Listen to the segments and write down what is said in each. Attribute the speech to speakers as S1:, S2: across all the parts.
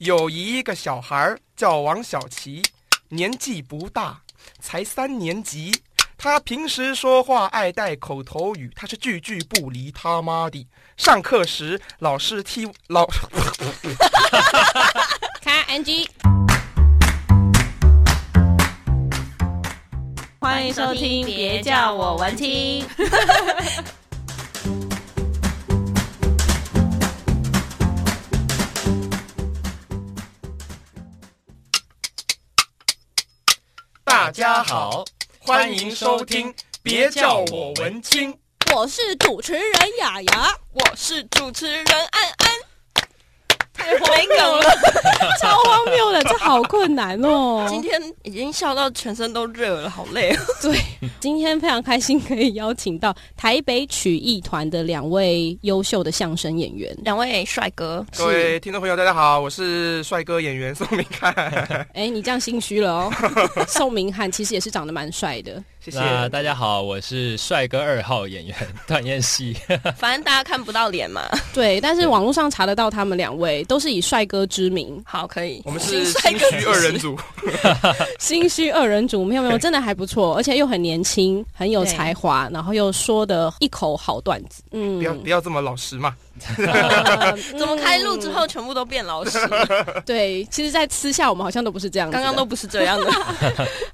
S1: 有一个小孩儿叫王小琪，年纪不大，才三年级。他平时说话爱带口头语，他是句句不离他妈的。上课时老师替老，
S2: 看 NG，
S3: 欢迎收听，别叫我文青。
S1: 大家好，欢迎收听， 别叫我文 青。
S2: 我是主持人雅雅，
S4: 我是主持人安安，
S2: 太荒谬了，超荒谬的，这好困难哦。
S4: 今天已经笑到全身都热了，好累 哦。
S2: 对，今天非常开心可以邀请到台北曲艺团的两位优秀的相声演 员。
S4: 两位帅哥，
S1: 各位听众朋友，大家好，我是帅哥演员宋明凯，
S2: 哎，你这样心虚了哦。 宋明翰其实也是长得蛮帅的，
S1: 谢谢。
S5: 那大家好，我是帅哥二号演员段彦希。
S4: 反正大家看不到脸嘛。
S2: 对，但是网络上查得到他们两位都是以帅哥之名，
S4: 好，可以。
S1: 我们 是
S4: 帅
S1: 心
S4: 哥
S1: 虚二人 组，
S2: 心虚二人组，没有没有，真的还不错，而且又很年轻，很有才华，然后又说的一口好段子。嗯
S1: 不要 不要这么老实嘛。
S2: 呃
S4: 怎么开录之后全部都变 老实？
S2: 嗯对，其实，在私下我们好像都不是这样子的。
S4: 刚刚都不是这样的。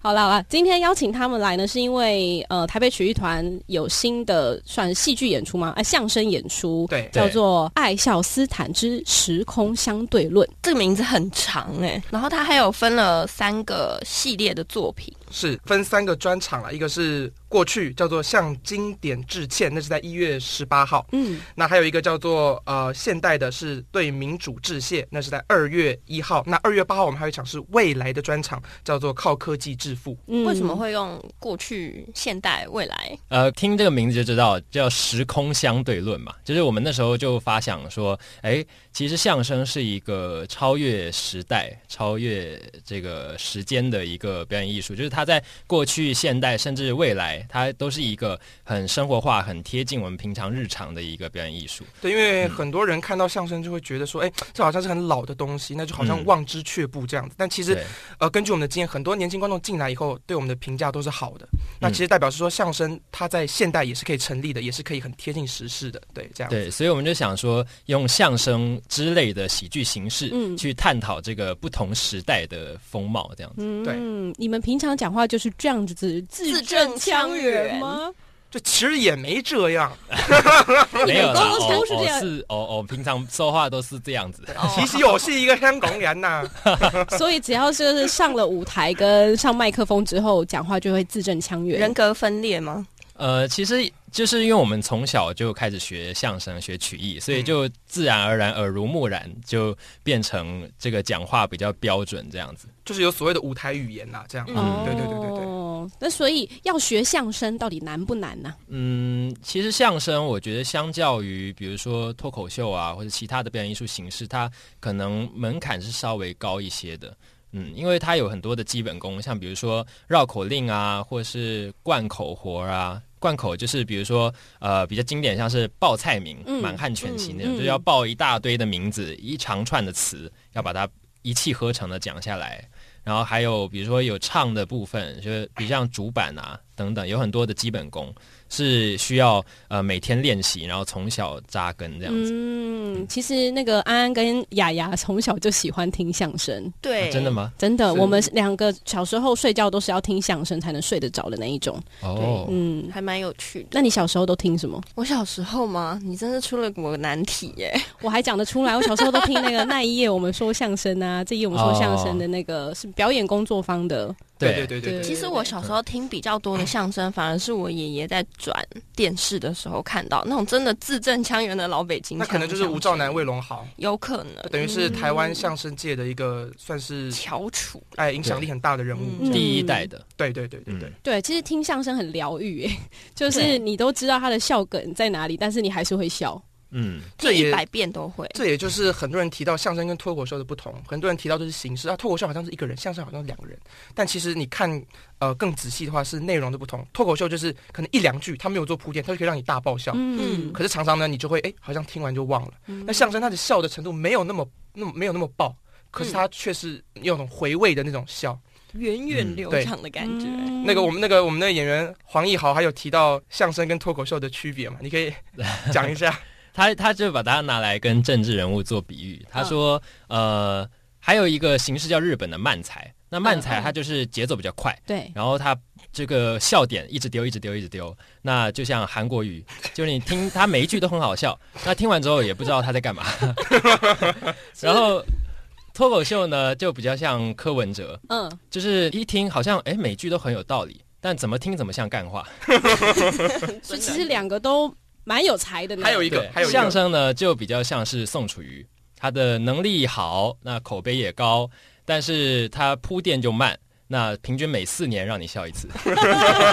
S2: 好啦好啦，今天邀请他们来呢，是因为呃，台北曲艺团有新的算戏剧演出吗？啊，相声演出。
S1: 对，
S5: 对
S2: 叫做《爱笑斯坦之时空相对论》，
S4: 这个名字很长哎、然后他还有分了三个系列的作品。
S1: 是分三个专场啦，一个是过去叫做向经典致歉，那是在一月十八号；
S2: 嗯，
S1: 那还有一个叫做呃现代的是对民主致谢，那是在二月一号。那二月八号我们还有一场是未来的专场，叫做靠科技致富。
S2: 嗯
S4: 为什么？会用过去、现代、未来？
S5: 呃，听这个名字就知道叫时空相对论嘛，就是我们那时候就发想说，哎，其实相声是一个超越时代、超越这个时间的一个表演艺术，就是它在过去、现代甚至未来，它都是一个很生活化、很贴近我们平常日常的一个表演艺术。
S1: 对，因为很多人看到相声就会觉得说，哎，这好像是很老的东西，那就好像
S5: 嗯
S1: 望之却步这样子。但其实
S5: 对，
S1: 呃，根据我们的经验，很多年轻观众进来以后，对我们的评价都是好的。那
S5: 嗯
S1: 其实代表是说，相声它在现代也是可以成立的，也是可以很贴近时事的。对，这样子。
S5: 对，所以我们就想说，用相声之类的喜剧形式，
S2: 嗯
S5: 去探讨这个不同时代的风貌，这样子。
S1: 对
S2: 嗯，你们平常讲话就是这样子字正腔圆吗？
S1: 就其实也没这样，
S5: 没有啦，
S2: 公司
S5: 哦
S2: 是这
S5: 哦
S2: 样
S5: 是哦哦，平常说话都是这样子。
S1: 啊
S4: 哦
S1: 其实我是一个香港人呐、
S2: 所以只要是上了舞台跟上麦克风之后，讲话就会字正腔圆。
S4: 哦人格分裂吗？
S5: 呃，其实就是因为我们从小就开始学相声、学曲艺，所
S2: 嗯
S5: 以就自然而然耳濡目染，就变成这个讲话比较标准这样子。
S1: 就是有所谓的舞台语言呐、这样。
S5: 嗯
S1: 对对对对对。
S2: 哦，那所以要学相声到底难啊不难呢、
S5: 嗯，其实相声我觉得相较于比如说脱口秀啊，或者其他的表演艺术形式，它可能门槛是稍微高一些的。嗯，因为它有很多的基本功，像比如说绕口令啊，或是贯口活啊。贯口就是比如说呃比较经典，像是报菜名、
S2: 嗯
S5: 满汉全席那
S2: 嗯
S5: 种，
S2: 嗯
S5: 就是要报一大堆的名字，一长串的词，要把它一气呵成的讲下来。然后还有比如说有唱的部分，就是比如像主板啊等等，有很多的基本功是需要呃每天练习，然后从小扎根这样子。
S2: 嗯，其实那个安安跟雅雅从小就喜欢听相声，
S4: 对，
S5: 啊真的？吗？
S2: 真的，
S1: 是
S2: 我们两个小时候睡觉都是要听相声才能睡得着的那一种。
S5: 哦，
S2: 嗯，
S4: 还蛮有趣的。
S2: 那你小时候都听什么？
S4: 我小时候嘛，你真是出了我难题欸耶、
S2: 我还讲得出来，我小时候都听那个那一夜我们说相声啊，这一夜我们说相声的那个是表演工作坊的，
S1: 对对对对
S2: 对
S1: 对，
S4: 其实我小时候听比较多的相声，反而是我爷爷在转电视的时候看到那种真的字正腔圆的老北京
S1: 那
S4: 腔。
S1: 可能就是吴兆南、魏，龙豪，
S4: 有可能嗯
S1: 等于是台湾相声界的一个算是
S4: 翘楚。
S1: 哎影响力很大的人物。
S4: 嗯
S5: 第一代的，
S1: 对对对对
S5: 嗯，
S1: 对，
S2: 对，其实听相声很疗愈，诶，就是
S4: 对
S2: 你都知道他的笑梗在哪里，但是你还是会笑。
S5: 嗯，
S1: 这
S4: 这
S1: 也
S4: 一百遍都会。
S1: 这也就是很多人提到相声跟脱口秀的不同。很多人提到就是形式啊，脱口秀好像是一个人，相声好像是两个人。但其实你看呃更仔细的话，是内容的不同。脱口秀就是可能一两句，他没有做铺垫，他就可以让你大爆笑。
S2: 嗯，
S1: 可是常常呢，你就会哎，好像听完就忘了。那相声它的笑的程度没有那么那么没有那么爆，可
S2: 嗯
S1: 是它却是有种回味的那种笑。
S4: 源
S1: 嗯
S4: 远流长的感觉。
S2: 嗯
S1: 那个我们那个我们那个演员黄奕豪还有提到相声跟脱口秀的区别嘛？你可 以讲一下。
S5: 他他就把它拿来跟政治人物做比喻，他说、呃，还有一个形式叫日本的慢才，那慢才它就是节奏比较快，
S2: 对
S5: 然后它这个笑点一直丢，一直丢，一直丢。那就像韩国语，就你听它每一句都很好笑，那听完之后也不知道他在干嘛。 然后脱口秀呢，就比较像柯文哲，
S2: 嗯，
S5: 就是一听好像哎每句都很有道理，但怎么听怎么像干话。
S2: 所以其实两个都蛮有才的 呢。
S1: 还有一个
S5: 对，
S1: 还有一
S5: 相
S1: 个，
S5: 声呢，就比较像是宋楚瑜，他的能力好，那口碑也高，但是他铺垫就慢。那平均每四年让你笑一次，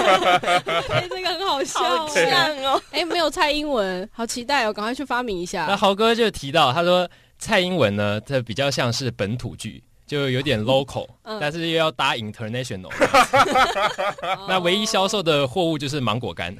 S2: 哎这个很好笑
S4: 好
S2: 哦，
S1: 啊
S4: 像 哦，
S2: 哎，没有蔡英文，好期待哦，赶快去发明一
S5: 那
S1: 啊
S2: 下。
S5: 豪哥就提到，他说蔡英文呢，他比较像是本土剧，就有点 local，、
S2: 嗯
S5: 但是又要搭 international 。那
S2: 那
S5: 唯一销售的货物就是芒果干，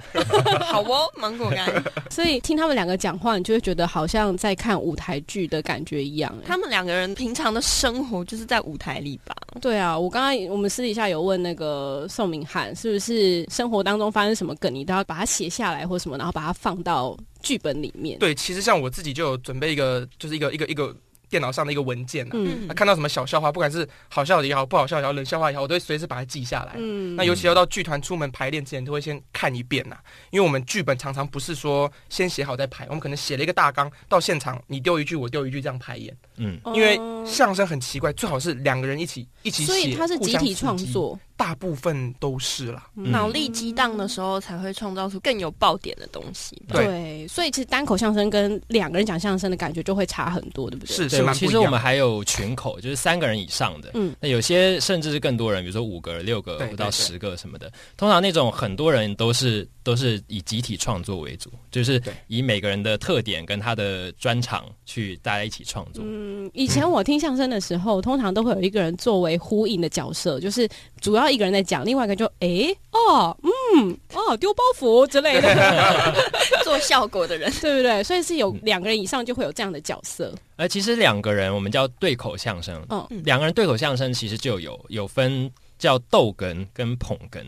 S4: 好哦，芒果干。
S2: 所以听他们两个讲话，你就会觉得好像在看舞台剧的感觉一样。
S4: 他们两个人平常的生活就是在舞台里吧？
S2: 对啊，我刚刚我们私底下有问那个宋明翰，是不是生活当中发生什么梗，你都要把它写下来或什么，然后把它放到剧本里面。，
S1: 对，其实像我自己就有准备一个，就是一个一个一个电脑上的一个文件啊
S2: 嗯
S1: 啊看到什么小笑话，不管是好笑的也好，不好笑也好，冷笑话也好，我都会随时把它记下来。
S2: 嗯
S1: 那尤其要到剧团出门排练之前，都会先看一遍呐、因为我们剧本常常不是说先写好再排，我们可能写了一个大纲，到现场你丢一句我丢一句这样排演。
S5: 嗯，
S1: 因为
S2: 哦
S1: 相声很奇怪，最好是两个人一起一起写，
S2: 所以它是
S1: 互
S2: 集
S1: 相
S2: 体
S1: 刺
S2: 创
S1: 激，
S2: 作，
S1: 大部分都是啦。
S5: 嗯
S4: 脑力激荡的时候才会创造出更有爆点的东西。
S1: 对
S2: 对，所以其实单口相声跟两个人讲相声的感觉就会差很多，对不对？
S1: 是是
S5: 对，
S1: 蛮
S5: 其
S1: 不一
S5: 实我
S1: 样
S5: 们
S1: 的。
S5: 还有群口，就是三个人以上的，
S2: 嗯
S5: 那有些甚至是更多人，比如说五个、六个
S1: 对
S5: 或到
S1: 对对
S5: 十个什么的。通常那种很多人都是都是以集体创作为主，就是
S1: 对
S5: 以每个人的特点跟他的专长去大家一起创作。
S2: 嗯，以前我听相声的时候，通常都会有一个人作为呼应的角色，就是主要一个人在讲，另外一个就诶哦嗯哦丢包袱之 类的，
S4: 做效果的人
S2: 对不对？所以是有两个人以上就会有这样的角色。
S5: 而其实两个人我们叫对口相声，
S2: 嗯
S5: 两个人对口相声其实就有有分叫逗哏跟捧哏。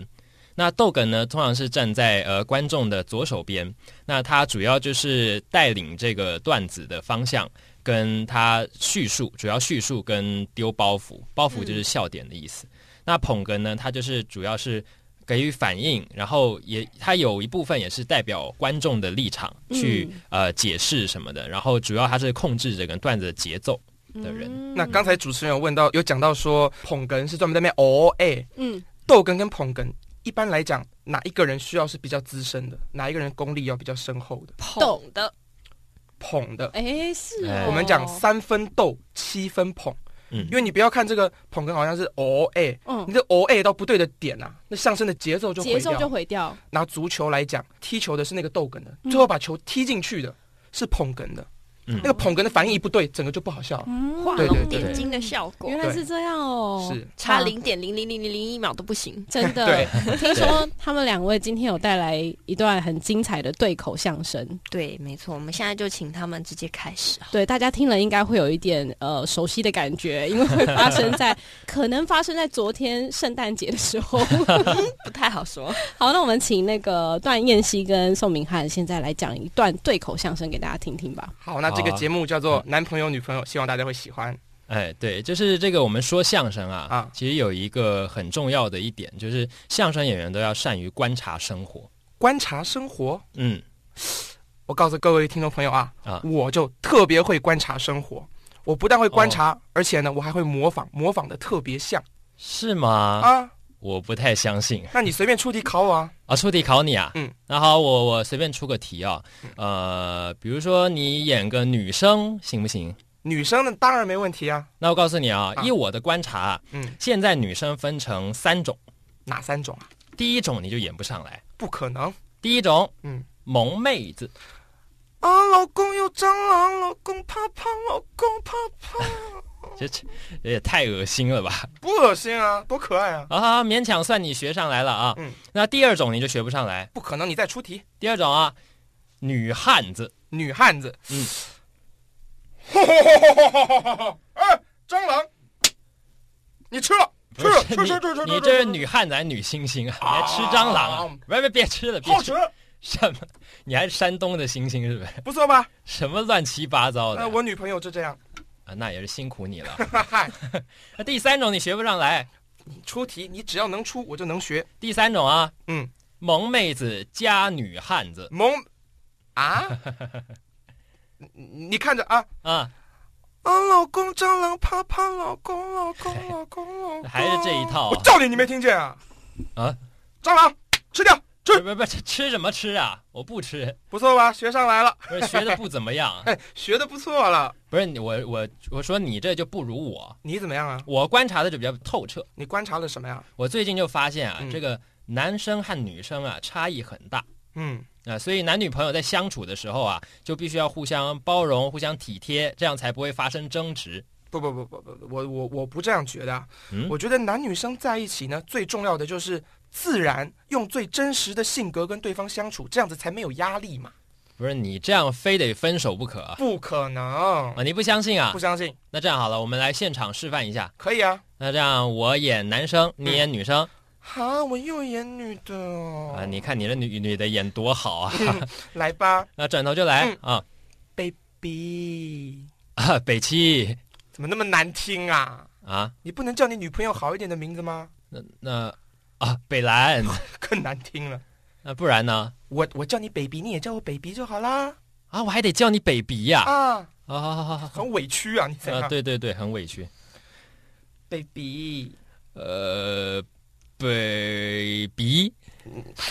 S5: 那逗哏呢，通常是站在呃观众的左手边，那他主要就是带领这个段子的方向，跟他叙述，主要叙述跟丢包袱，包袱就是笑点的意思。那捧哏呢，它就是主要是给予反应，然后也它有一部分也是代表观众的立场去、呃解释什么的，然后主要它是控制整个段子的节奏
S2: 嗯
S5: 的人。
S1: 那刚才主持人有问到，有讲到说捧哏是专门在那边哦哎，
S2: 嗯，
S1: 逗哏跟捧哏，一般来讲哪一个人需要是比较资深的，哪一个人功力要比较深厚的？
S4: 捧的，
S1: 捧的，
S2: 诶是哦
S5: 哎，
S1: 我们讲三分逗，七分捧，
S5: 嗯
S1: 因为你不要看这个捧哏好像是哦哎，
S2: 嗯
S1: 你这哦哎到不对的点呐、那相声的节奏就毁
S2: 节奏就
S1: 掉。
S2: 毁掉，
S1: 拿足球来讲，踢球的是那个逗哏的，
S2: 嗯
S1: 最后把球踢进去的是捧哏的，
S5: 嗯
S1: 那个捧哏的反应一不对，整个就不好笑了。
S2: 嗯
S4: 画
S1: 对
S4: 龙
S1: 对对
S4: 点睛的效果
S2: 原，来是这样哦，
S1: 是
S4: 差零点零零零零零一秒都不 行。
S2: 真的。
S1: 对
S2: 听说他们两位今天有带来一段很精彩的对口相声，
S4: 对，没错，我们现在就请他们直接开始。啊
S2: 对大家听了应该会有一点呃熟悉的感觉，因为会发生在可能发生在昨天圣诞节的时 候。
S4: 不太好说，
S2: 好，那我们请那个段燕西跟宋明翰现在来讲一段对口相声给大家听听吧。
S1: 好，那这个
S5: 好啊
S1: 节目叫做《男朋友女朋友》，希望大家会喜欢。
S5: 哎，对，就是这个我们说相声啊，
S1: 啊
S5: 其实有一个很重要的一点，就是相声演员都要善于观察生活。
S1: 观察生活，
S5: 嗯，
S1: 我告诉各位听众朋友啊，
S5: 啊
S1: 我就特别会观察生活。我不但会观察，
S5: 哦
S1: 而且呢，我还会模仿，模仿的特别像
S5: 是吗？
S1: 啊。
S5: 我不太相信啊
S1: 那你随便出题考我啊，
S5: 啊。出题考你啊？
S1: 嗯，
S5: 那好，我我随便出个题啊。呃，比如说你演个女生行不行？
S1: 女生呢当然没问题啊。
S5: 那我告诉你啊，
S1: 啊
S5: 依我的观察，
S1: 嗯，
S5: 现在女生分成三种，
S1: 哪三种啊？
S5: 第一种你就演不上来，
S1: 不可能
S5: 第一种，
S1: 嗯，
S5: 萌妹子，
S1: 啊！老公有蟑螂，老公怕胖，老公怕胖，
S5: 这这也太恶心了吧？
S1: 不恶心啊，多可爱啊！
S5: 啊，勉强算你学上来了啊。
S1: 嗯
S5: 那第二种你就学不上来。
S1: 不可能，你再出题。
S5: 第二种啊，女汉子，
S1: 嗯女汉子，
S5: 嗯
S1: 嗯，哎，蟑螂，你吃了，吃
S5: 不
S1: 了，
S5: 是
S1: 吃
S5: 你
S1: 吃吃吃，
S5: 你
S1: 吃
S5: 这是
S1: 吃
S5: 女汉子还是女猩猩啊？你还吃蟑螂啊？别别别吃了，别
S1: 好
S5: 吃
S1: 吃，
S5: 什么？你还是山东的猩猩是不是？
S1: 不错吧？
S5: 什么乱七八糟的
S1: 呃，我女朋友就这样，
S5: 啊？那也是辛苦你了。
S1: 哈哈。
S5: 那第三种你学不上来，
S1: 你出题，你只要能出，我就能学。
S5: 第三种啊，
S1: 嗯，
S5: 萌妹子加女汉子
S1: 萌 啊，你你你看着啊
S5: 啊，
S1: 啊，老公，蟑螂啪啪，老公，老公，老公，老公，
S5: 哎还是这一套
S1: 我
S5: 啊？
S1: 叫你，你没听见啊？
S5: 啊，
S1: 蟑螂，吃掉，
S5: 不
S1: 吃
S5: 是不是不是吃什么吃啊？我不吃，
S1: 不错吧？学上来了，，
S5: 不是学的不怎么样
S1: 哎，学的不错了。
S5: 不是你我我我说你这就不如我，
S1: 你怎么样啊？
S5: 我观察的就比较透彻。
S1: 你观察了什么呀？
S5: 我最近就发现啊，
S1: 嗯
S5: 这个男生和女生啊差异很大。
S1: 嗯，
S5: 啊、所以男女朋友在相处的时候啊，就必须要互相包容、互相体贴，这样才不会发生争执。
S1: 不不不不不，我我我不这样觉得啊。
S5: 嗯
S1: 我觉得男女生在一起呢，最重要的就是自然，用最真实的性格跟对方相处，这样子才没有压力嘛。
S5: 不是你这样非得分手不可啊！
S1: 不可能，
S5: 啊，你不相信啊
S1: 不？相信？
S5: 那这样好了，我们来现场示范一下。
S1: 可以啊。
S5: 那这样我演男生，
S1: 嗯
S5: 你演女生、
S1: 哈，我又演女的哦。嗯
S5: 啊？你看你这女女的演多好啊！
S1: 来吧
S5: 那转头就
S1: 嗯
S5: 来、啊
S1: ，baby。
S5: 啊！ 北七
S1: 怎么那么难听啊？
S5: 啊，
S1: 你不能叫你女朋友好一点的名字吗？
S5: 那那啊北兰，
S1: 哦更难听了。
S5: 那不然呢？
S1: 我我叫你 baby，你也叫我 baby 就好啦。
S5: 啊，我还得叫你北鼻呀、啊！
S1: 啊，
S5: 啊好好好好
S1: 很委屈啊，你怎样、
S5: 啊，对对对，很委屈。
S1: baby？
S5: 呃，北鼻，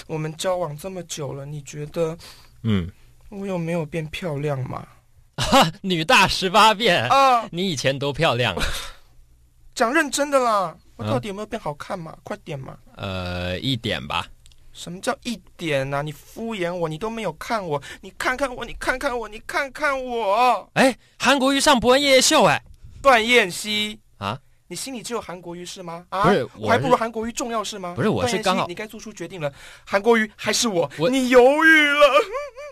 S1: 我们交往这么久了，你觉得
S5: 嗯，
S1: 我有没有变漂亮嘛？
S5: 女大十八变，
S1: 啊，
S5: 你以前多漂亮啊！
S1: 讲认真的啦，我
S5: 嗯
S1: 到底有没有变好看嘛？快点嘛！
S5: 呃，一点吧，
S1: 什么叫一点啊？你敷衍我，你都没有看我，你看看我，你看看我，你看看我。
S5: 哎，韩国瑜上伯恩夜夜秀，哎，
S1: 段燕希
S5: 啊，
S1: 你心里只有韩国瑜是吗？啊，
S5: 不是
S1: 我
S5: 我
S1: 还不如
S5: 是
S1: 韩国瑜重要是吗？
S5: 不是我
S1: 段
S5: 是
S1: 燕希
S5: 刚好
S1: 你该做出决定了，韩国瑜还是我？
S5: 我
S1: 你犹豫了，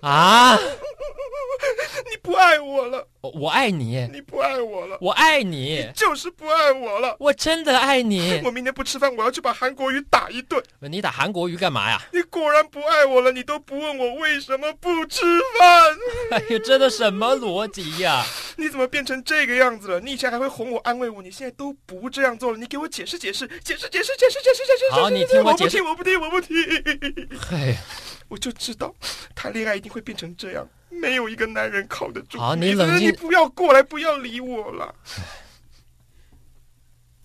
S5: 啊，
S1: 你不爱我了，
S5: 我我爱你，
S1: 你不爱我了，
S5: 我爱你，
S1: 就是不爱我了。
S5: 我真的爱你。
S1: 我明天不吃饭，我要去把韩国瑜打一顿。
S5: 你打韩国瑜干嘛呀？
S1: 你果然不爱我了，你都不问我为什么不吃饭，
S5: 哎呦，这都什么逻辑呀、
S1: 你怎么变成这个样子了？你以前还会哄我、安慰我，你现在都不这样做了。你给我解释解释，解释解释解释解释解释。
S5: 好
S1: 解释
S5: 你听我解释
S1: 我不听，我不听，我不听。
S5: 嘿，
S1: 我就知道，谈恋爱一定会变成这样，没有一个男人靠得住。
S5: 好你
S1: 你
S5: 冷静
S1: 你不要过来，不要理我了。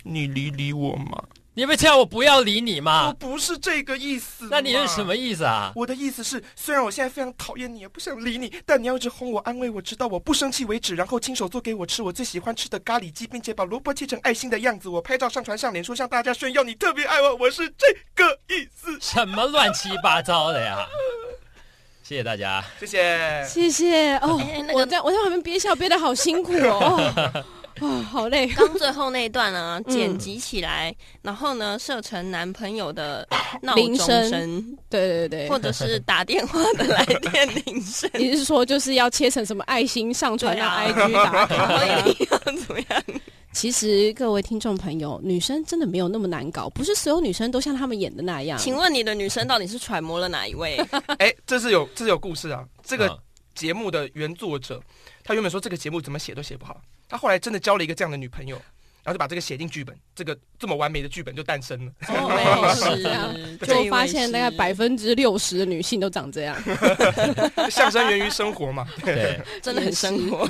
S1: 你理理我嘛？
S5: 你不叫我不要理你
S1: 我
S5: 吗？
S1: 不是这个意思。
S5: 啊那你是什？么意思啊？
S1: 我的意思是，虽然我现在非常讨厌你，也不想理你，但你要一直哄我、安慰我，直到我不生气为止，然后亲手做给我吃我最喜欢吃的咖喱鸡，并且把萝卜切成爱心的样子，我拍照上传上脸书，向大家炫耀你特别爱我，我是这个意思。
S5: 什么乱七八糟的呀？谢谢大家。
S1: 谢谢。
S2: 谢谢哦
S4: 哎那，个
S2: 我在我在旁边憋笑憋得好辛苦 哦，哦啊，好累。
S4: 刚最后那一段啊，
S2: 嗯
S4: 剪辑起来，然后呢设成男朋友 的闹
S2: 铃
S4: 钟
S2: 声
S4: 声，
S2: 对对对，
S4: 或，者是打电话的来电铃声
S2: 你是说就是要切成什么爱心上传到
S4: 对啊
S2: IG 打 卡？
S4: 然后一定要怎么样？
S2: 其实各位听众朋友，女生真的没有那么难搞，不是所有女生都像他们演的那样。
S4: 请问你的女生到底是揣摩了哪一位？
S1: 哎，这是有这是有故事啊！这个
S5: 嗯
S1: 节目的原作者，他原本说这个节目怎么写都写不好，他后来真的交了一个这样的女朋友，然后就把这个写进剧本，这个这么完美的剧本就诞生了。
S4: 哦
S2: 是啊就发现大概百分之六十的女性都长这样。
S1: 相声源于生活嘛，
S5: 对，
S4: 真的很生活。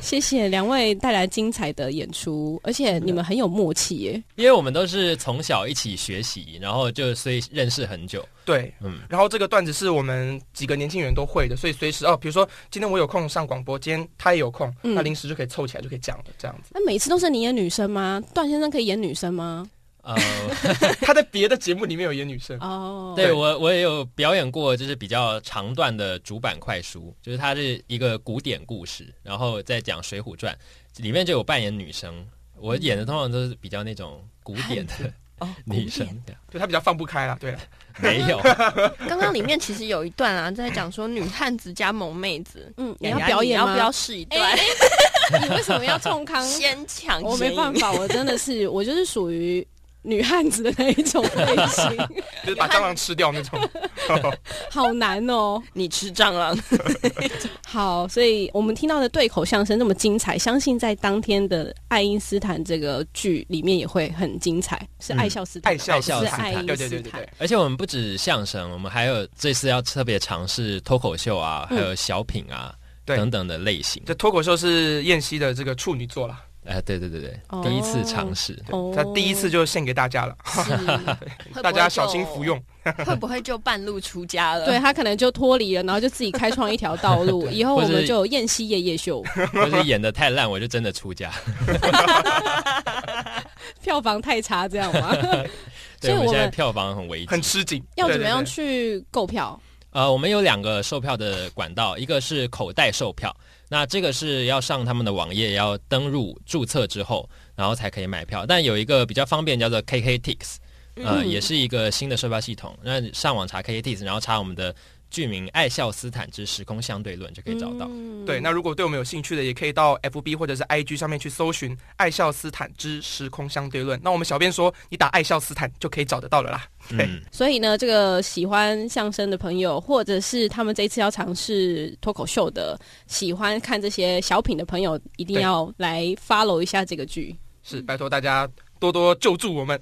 S2: 谢谢两位带来精彩的演出，而且你们很有默契耶。
S5: 因为我们都是从小一起学习，然后就所以认识很久。
S1: 对，
S5: 嗯
S1: 然后这个段子是我们几个年轻人都会的，所以随时哦，比如说今天我有空上广播，今天他也有空，
S2: 嗯
S1: 那临时就可以凑起来就可以讲了，这样子。
S2: 那每次都是你演女生吗？段先生可以演女生吗？
S5: 呃，
S1: 他在别的节目里面有演女 生，
S2: 哦，
S5: 对我我也有表演过，就是比较长段的主板快书，就是它是一个古典故事，然后再讲《水浒传》，里面就有扮演女生，我演的通常都是比较那种古典的
S4: 哦，
S5: 女生，
S1: 对他比较放不开啦。对了，啊
S5: 没有
S4: 刚刚里面其实有一段啊，在讲说女汉子加萌妹子，
S2: 嗯，你
S4: 雅
S2: 要
S4: 雅
S2: 表演
S4: 你
S2: 吗？
S4: 要不要试一段？
S2: 你为什么要冲 康？
S4: 哎先抢
S2: 我
S4: 先
S2: 没
S4: 赢
S2: 办法，我真的是我就是属于女汉子的那一种类型，
S1: 就是把蟑螂吃掉那 种。
S2: 好难哦。
S4: 你吃蟑螂，
S2: 好，所以我们听到的对口相声那么精彩，相信在当天的爱因斯坦这个剧里面也会很精彩，是
S5: 嗯
S2: 爱笑斯坦
S1: 爱
S2: 吧，
S1: 笑
S5: 斯坦
S2: 是爱因斯坦，
S1: 对对对对对，
S5: 而且我们不止相声，我们还有这次要特别尝试脱口秀啊，
S2: 嗯
S5: 还有小品啊、
S1: 对
S5: 等等的类型。
S1: 这脱口秀是燕西的这个处女作啦，
S5: 哎、对对对对，
S2: 哦
S5: 第一次 尝试。
S2: 哦
S1: 他第一次就献给大家了，
S2: 是
S4: 会不会
S1: 大家小
S4: 就
S1: 心服。用。
S4: 会不会就半路出家了？
S2: 对，他可能就脱离了，然后就自己开创一条道 路。以后我
S5: 或
S2: 们
S5: 是
S2: 就有燕西夜夜秀，
S5: 或是演的太烂，我就真的出家。
S2: 票房太差这样吗？ 所
S5: 对，
S2: 以
S5: 我
S2: 我
S5: 现在
S2: 们
S5: 票房很危机
S1: 很。吃紧，
S2: 要怎么样
S1: 对？对对
S2: 去购票？
S5: 呃，我们有两个售票的管道，一个是口袋售票，那这个是要上他们的网页，要登录注册之后，然后才可以买票。但有一个比较方便，叫做 KKTix，呃，
S2: 嗯
S5: 也是一个新的售票系统。那你上网查 KKTix，然后查我们的剧名《爱笑斯坦之时空相对论》就可以找到。
S2: 嗯
S1: 对，那如果对我们有兴趣的，也可以到 FB 或者是 IG 上面去搜寻“爱笑斯坦之时空相对论”。那我们小编说，你打“爱笑斯坦”就可以找得到了啦。对
S5: 嗯，
S2: 所以呢，这个喜欢相声的朋友，或者是他们这一次要尝试脱口秀的，喜欢看这些小品的朋友，一定
S1: 对
S2: 要来 follow 一下这个剧。
S1: 是，拜托大家多多救助 我们。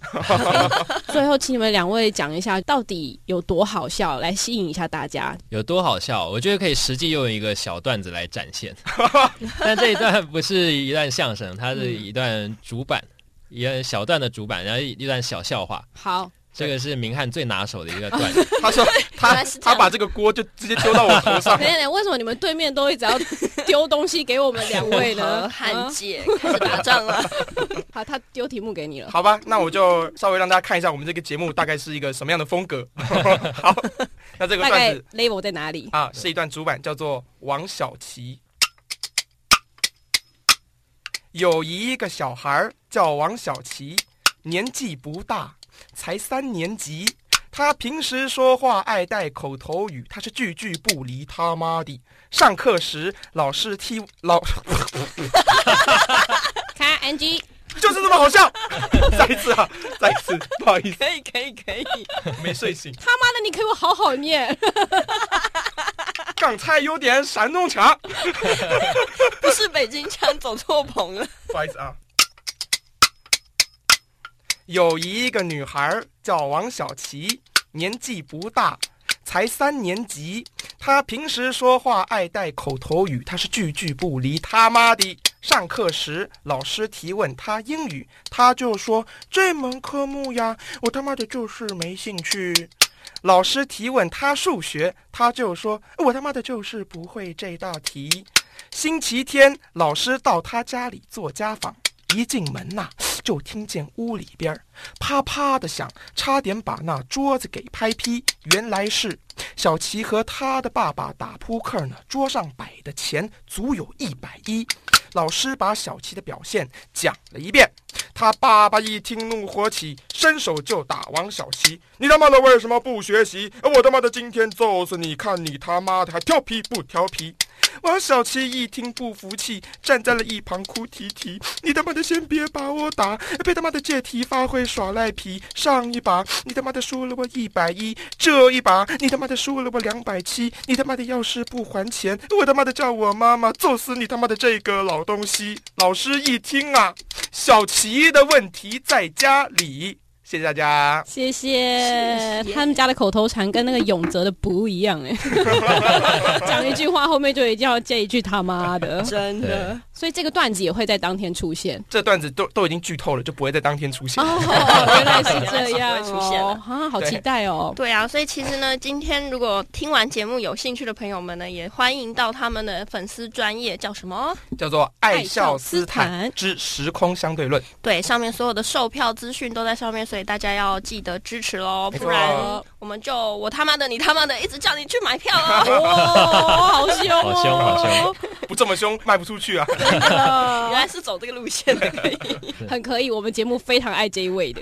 S2: 最后，请你们两位讲一下到底有多好笑，来吸引一下大家。
S5: 有多好笑？我觉得可以实际用一个小段子来展现。但这一段不是一段相声，它是一段主板，一段小段的主板，然后一段小笑话。
S2: 好，
S5: 这个是明翰最拿手的一个段子，
S1: 他说
S4: 原
S1: 他
S4: 来是这
S1: 他
S4: 样
S1: 把这个锅就直接丢到我头 上
S2: 等一。下等一下，为什么你们对面都一直要丢东西给我们两位呢？
S4: 汉
S2: 啊
S4: 界开始打仗了，
S2: 好，他丢题目给你了。
S1: 好吧，那我就稍微让大家看一下我们这个节目大概是一个什么样的风格。 好，那这个
S2: 大概
S1: 段子
S2: level 在哪里？
S1: 啊是一段主板，叫做王小琪。有一个小孩儿叫王小琪，年纪不大，才三年级。他平时说话爱带口头语，他是句句不离他妈的。上课时老师踢老，
S2: 看 NG，
S1: 就是这么好笑。 再一次啊，再一次，不好意思，
S4: 可以可以可以，
S1: 没睡醒。
S2: 他妈的，你给我好好念，
S1: 港菜有点山东腔，
S4: 不是北京腔，走错棚了。
S1: 不好意思啊。有一个女孩儿叫王小琪，年纪不大，才三年级。她平时说话爱带口头语，她是句句不离他妈的。上课时老师提问她英语，她就说这门科目呀，我他妈的就是没兴趣。老师提问她数学，她就说我他妈的就是不会这道题。星期天，老师到他家里做家访，一进门呐、就听见屋里边儿啪啪的响，差点把那桌子给拍劈。原来是小齐和他的爸爸打扑克呢，桌上摆的钱足有一百一。老师把小齐的表现讲了一遍，他爸爸一听怒火起，伸手就打王小齐：“你他妈的为什么不学习？我他妈的今天揍死你！看你他妈的还调皮不调皮！”王小七一听不服气，站在了一旁哭啼啼：“你他妈的先别把我打，被他妈的借题发挥耍赖皮。上一把你他妈的输了我一百一，这一把你他妈的输了我两百七。你他妈的要是不还钱，我他妈的叫我妈妈揍死你他妈的这个老东西！”老师一听啊，小齐的问题在家里。谢谢大家。
S2: 谢谢
S4: 谢。谢
S2: 他们家的口头禅跟那个永泽的不一样 哎、讲一句话后面就一定要接一句他妈 的，
S4: 真
S5: 的，
S2: 所以这个段子也会在当天出现。
S1: 这段子都都已经剧透了，就不会在当天出现。
S2: 哦， 原来是这样
S4: 原来是不会出现
S2: 哦
S4: 了，
S2: 啊，好期待哦。
S4: 对啊，所以其实呢，今天如果听完节目有兴趣的朋友们呢，也欢迎到他们的粉丝专业叫什么？
S1: 叫做《爱
S2: 爱笑
S1: 笑
S2: 斯
S1: 斯
S2: 坦
S1: 坦之时空相对论》。
S4: 对，上面所有的售票资讯都在上面，所以以大家要记得支持喽，
S1: 没
S4: 不
S1: 错
S4: 然我们就我他妈的你他妈的一直叫你去买票哦。
S2: 哦， 好凶哦，
S5: 好凶好凶，
S1: 不这么凶，卖不出去啊！
S4: 原来是走这个路线的， 可以。
S2: 很可以。我们节目非常爱这一位的，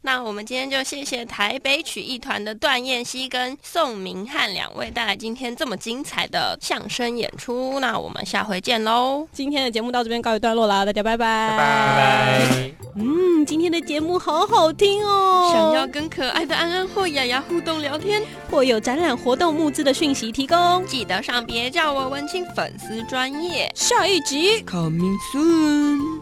S4: 那我们今天就谢谢台北曲艺团的段燕西跟宋明翰两位带来今天这么精彩的相声演出。那我们下回见喽！
S2: 今天的节目到这边告一段落啦，大家拜拜。
S1: 拜拜。
S2: 嗯，今天的节目好好听哦。
S4: 想要跟可爱的安安或雅雅互动聊天，
S2: 或有展览活动募资的讯息提供，
S4: 记得上别叫我文青粉丝专业。
S2: 下一集
S4: Coming soon。